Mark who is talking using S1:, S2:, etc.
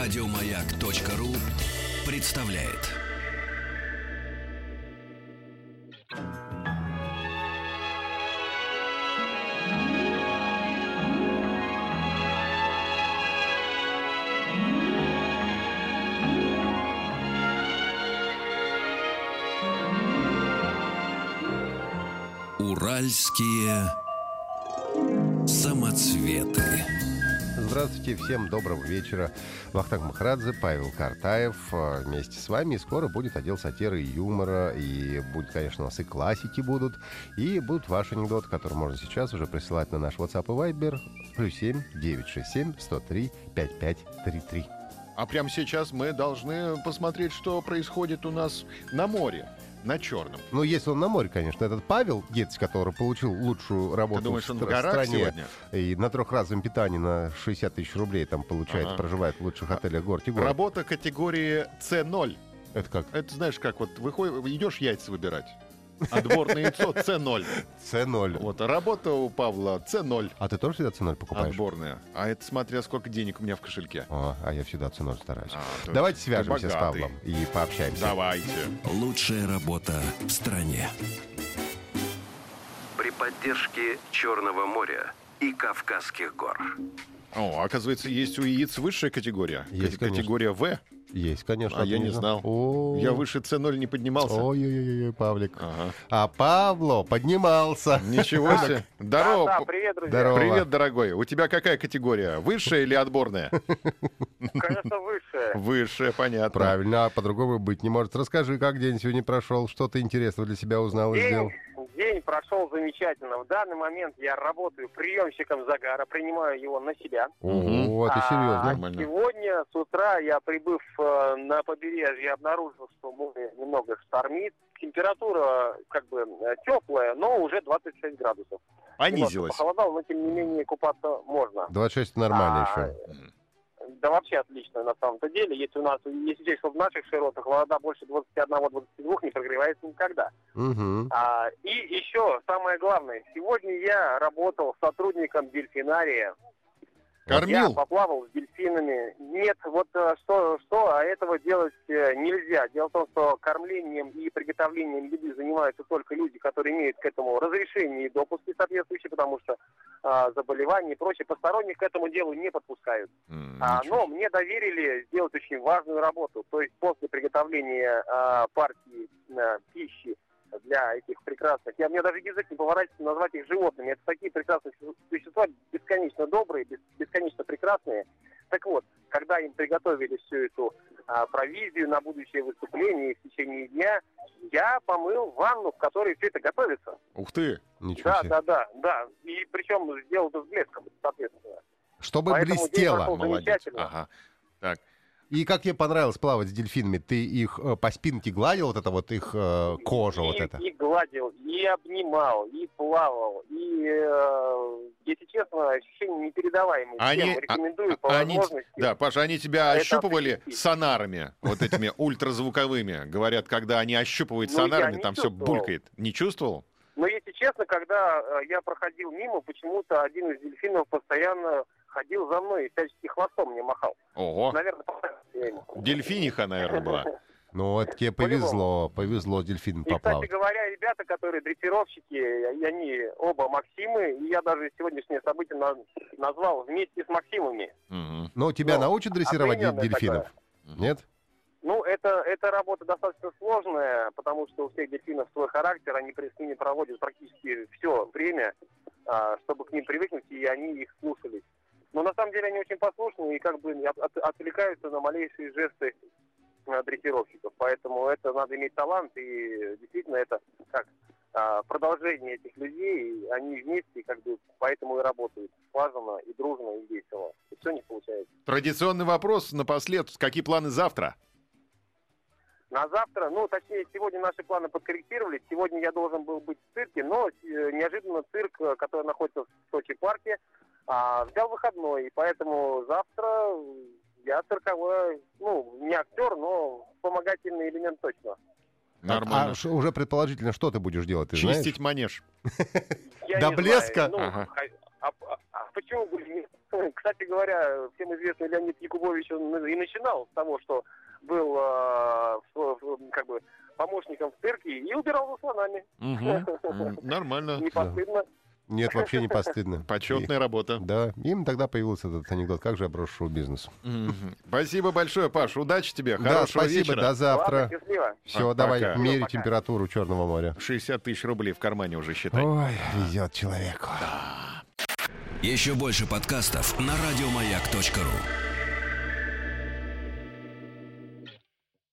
S1: Радиомаяк.ру представляет. Уральские самоцветы.
S2: Здравствуйте, всем доброго вечера. Вахтанг Махрадзе, Павел Картаев э, вместе с вами. И скоро будет отдел сатиры и юмора, и будет, конечно, у нас и классики будут, и будут ваши анекдоты, которые можно сейчас уже присылать на наш WhatsApp и Viber. Плюс 7 967 103 5533.
S3: А прямо сейчас мы должны посмотреть, что происходит у нас на море, на Черном.
S2: Ну, если он на море, конечно. Этот Павел, Гетц, который получил лучшую работу
S3: Ты думаешь,
S2: в
S3: он в
S2: стра-
S3: горах
S2: стране,
S3: сегодня?
S2: и на трехразовом питании на 60 тысяч рублей там получает,
S3: Ага. А,
S2: проживает в лучших отелях гор Тигор.
S3: Работа категории С0.
S2: Это как?
S3: Это знаешь как, вот выходишь, идешь яйца выбирать. Отборное яйцо С0.
S2: С0.
S3: Вот, а работа у Павла С0.
S2: А ты тоже всегда ценой покупаешь?
S3: Отборная. А это смотря сколько денег у меня в кошельке.
S2: А, а я всегда ценой стараюсь.
S3: А, то
S2: Давайте
S3: ты
S2: свяжемся с
S3: богатый.
S2: Павлом и пообщаемся.
S3: Давайте.
S1: Лучшая работа в стране.
S4: при поддержке Черного моря и Кавказских гор.
S3: О, оказывается, есть у яиц высшая категория.
S2: Есть,
S3: Кат- категория В.
S2: Есть, конечно.
S3: А
S2: ты
S3: я не знал.
S2: О.
S3: Я выше С0 не поднимался.
S2: Ой-ой-ой, Павлик.
S3: Ага.
S2: А Павло поднимался.
S3: Ничего себе. Здорово.
S5: Да,
S3: П-
S5: да, привет, друзья.
S2: Здорово.
S3: Привет, дорогой. У тебя какая категория? Высшая или отборная?
S5: Конечно, высшее.
S3: Высшая, понятно.
S2: Правильно, а по-другому быть не может. Расскажи, как день сегодня прошел, что ты интересного для себя узнал и сделал.
S5: День, день прошел замечательно. В данный момент я работаю приемщиком загара, принимаю его на себя.
S2: О, ты
S5: А,
S2: серьезно.
S3: Нормально.
S5: Сегодня с утра я, прибыв э, на побережье, обнаружил, что море немного штормит. Температура как бы э, теплая, но уже 26 градусов. Немножко
S3: Понизилась.
S5: Похолодало, но тем не менее купаться можно.
S2: 26 нормально
S5: А,
S2: еще.
S5: Да вообще отлично на самом-то деле. Если у нас, если здесь, что в наших широтах вода больше 21-22 не прогревается никогда.
S2: Мгм.
S5: А, и еще самое главное, сегодня я работал сотрудником дельфинария. Я
S3: Кормил?
S5: поплавал с дельфинами. Нет, вот э, что, что, а этого делать э, нельзя. Дело в том, что кормлением и приготовлением еды занимаются только люди, которые имеют к этому разрешение и допуски соответствующие, потому что э, заболевания и прочее. Посторонних к этому делу не подпускают.
S2: Ну,
S3: М,
S5: А,
S3: ничего.
S5: но мне доверили сделать очень важную работу. То есть после приготовления а, партии а, пищи для этих прекрасных, я мне даже язык не поворачивается назвать их животными. Это такие прекрасные су- существа, бесконечно добрые, бес- бесконечно прекрасные. Так вот, когда им приготовили всю эту а, провизию на будущее выступление и в течение дня, я помыл ванну, в которой все это готовится.
S3: Ух ты.
S2: Ничего
S5: Да,
S2: себе.
S5: да, да, да. И причем сделал это с блеском, соответственно.
S2: Чтобы
S5: Поэтому день
S2: блестело.
S5: прошел
S3: Молодец.
S5: ну, замечательно.
S3: Ага.
S2: И как тебе понравилось плавать с дельфинами? Ты их э, по спинке гладил, вот это вот их э, кожа,
S5: и,
S2: вот это?
S5: И гладил, и обнимал, и плавал, и, э, если честно, ощущение непередаваемое.
S3: А Они-
S5: Всем рекомендую по
S3: а они-
S5: возможности.
S3: Да, Паша, они тебя
S5: Это
S3: ощупывали
S5: отлично.
S3: сонарами, вот этими ультразвуковыми. Говорят, когда они ощупывают
S5: Ну, я
S3: сонарами,
S5: не
S3: там все
S5: чувствовал.
S3: булькает. Не чувствовал?
S5: Но если честно, когда э, я проходил мимо, почему-то один из дельфинов постоянно ходил за мной и всячески хвостом мне махал.
S3: Ого.
S5: Наверное, понравилось я ему.
S3: Дельфиниха, наверное, была.
S2: Ну, это тебе
S5: По-любому.
S2: повезло, повезло дельфин
S5: И, кстати
S2: поплавать.
S5: говоря, ребята, которые дрессировщики, и они оба Максимы, и я даже сегодняшнее событие на- назвал вместе с Максимами.
S3: Мгм.
S2: Ну, тебя
S5: Ну,
S2: научат дрессировать де-
S5: охрененная
S2: дельфинов?
S3: такая.
S2: Нет?
S5: Ну, это, это работа достаточно сложная, потому что у всех дельфинов свой характер, они при смене проводят практически все время, а, чтобы к ним привыкнуть, и они их слушались. Но на самом деле они очень послушные и как бы от- от- отвлекаются на малейшие жесты а, дрессировщиков. Поэтому это надо иметь талант, и действительно это как а, продолжение этих людей, и они вместе как бы поэтому и работают слаженно, и дружно, и весело. И все у них получается.
S3: Традиционный вопрос напослед. Какие планы
S2: А,
S3: завтра?
S5: На завтра, ну, точнее, сегодня наши планы подкорректировались. Сегодня я должен был быть в цирке, но э, неожиданно цирк, э, который находится в Сочи парке, а, взял выходной. И поэтому завтра я цирковой, ну, не актер, но вспомогательный элемент точно. Ну,
S2: А ш- уже предположительно, что ты будешь делать, ты
S3: Чистить манеж.
S5: Я
S2: До
S5: не
S2: блеска?
S5: знаю, ну,
S3: Ага.
S5: а, а- а почему бы и нет? кстати говоря, всем известный Леонид Якубович, он и начинал с того, что был э, в- в- как бы помощником в цирке и убирал за слонами.
S6: Мгм.
S3: М, Нормально.
S5: Не постыдно.
S2: Нет, вообще не постыдно.
S3: Почетная работа.
S2: И- Да, им тогда появился этот анекдот. Как же я брошу шоу-бизнес?
S3: Мгм. Спасибо большое, Паш. Удачи тебе.
S2: Да,
S3: Хорошего
S2: спасибо,
S3: вечера.
S2: до завтра.
S5: Ладно, счастливо.
S2: Все,
S3: А,
S2: давай,
S3: пока.
S2: мерь
S5: Пока.
S2: температуру Черного моря.
S3: 60 тысяч рублей в кармане уже считай.
S2: Ой, везет человеку.
S1: Еще больше подкастов на радиомаяк.ру.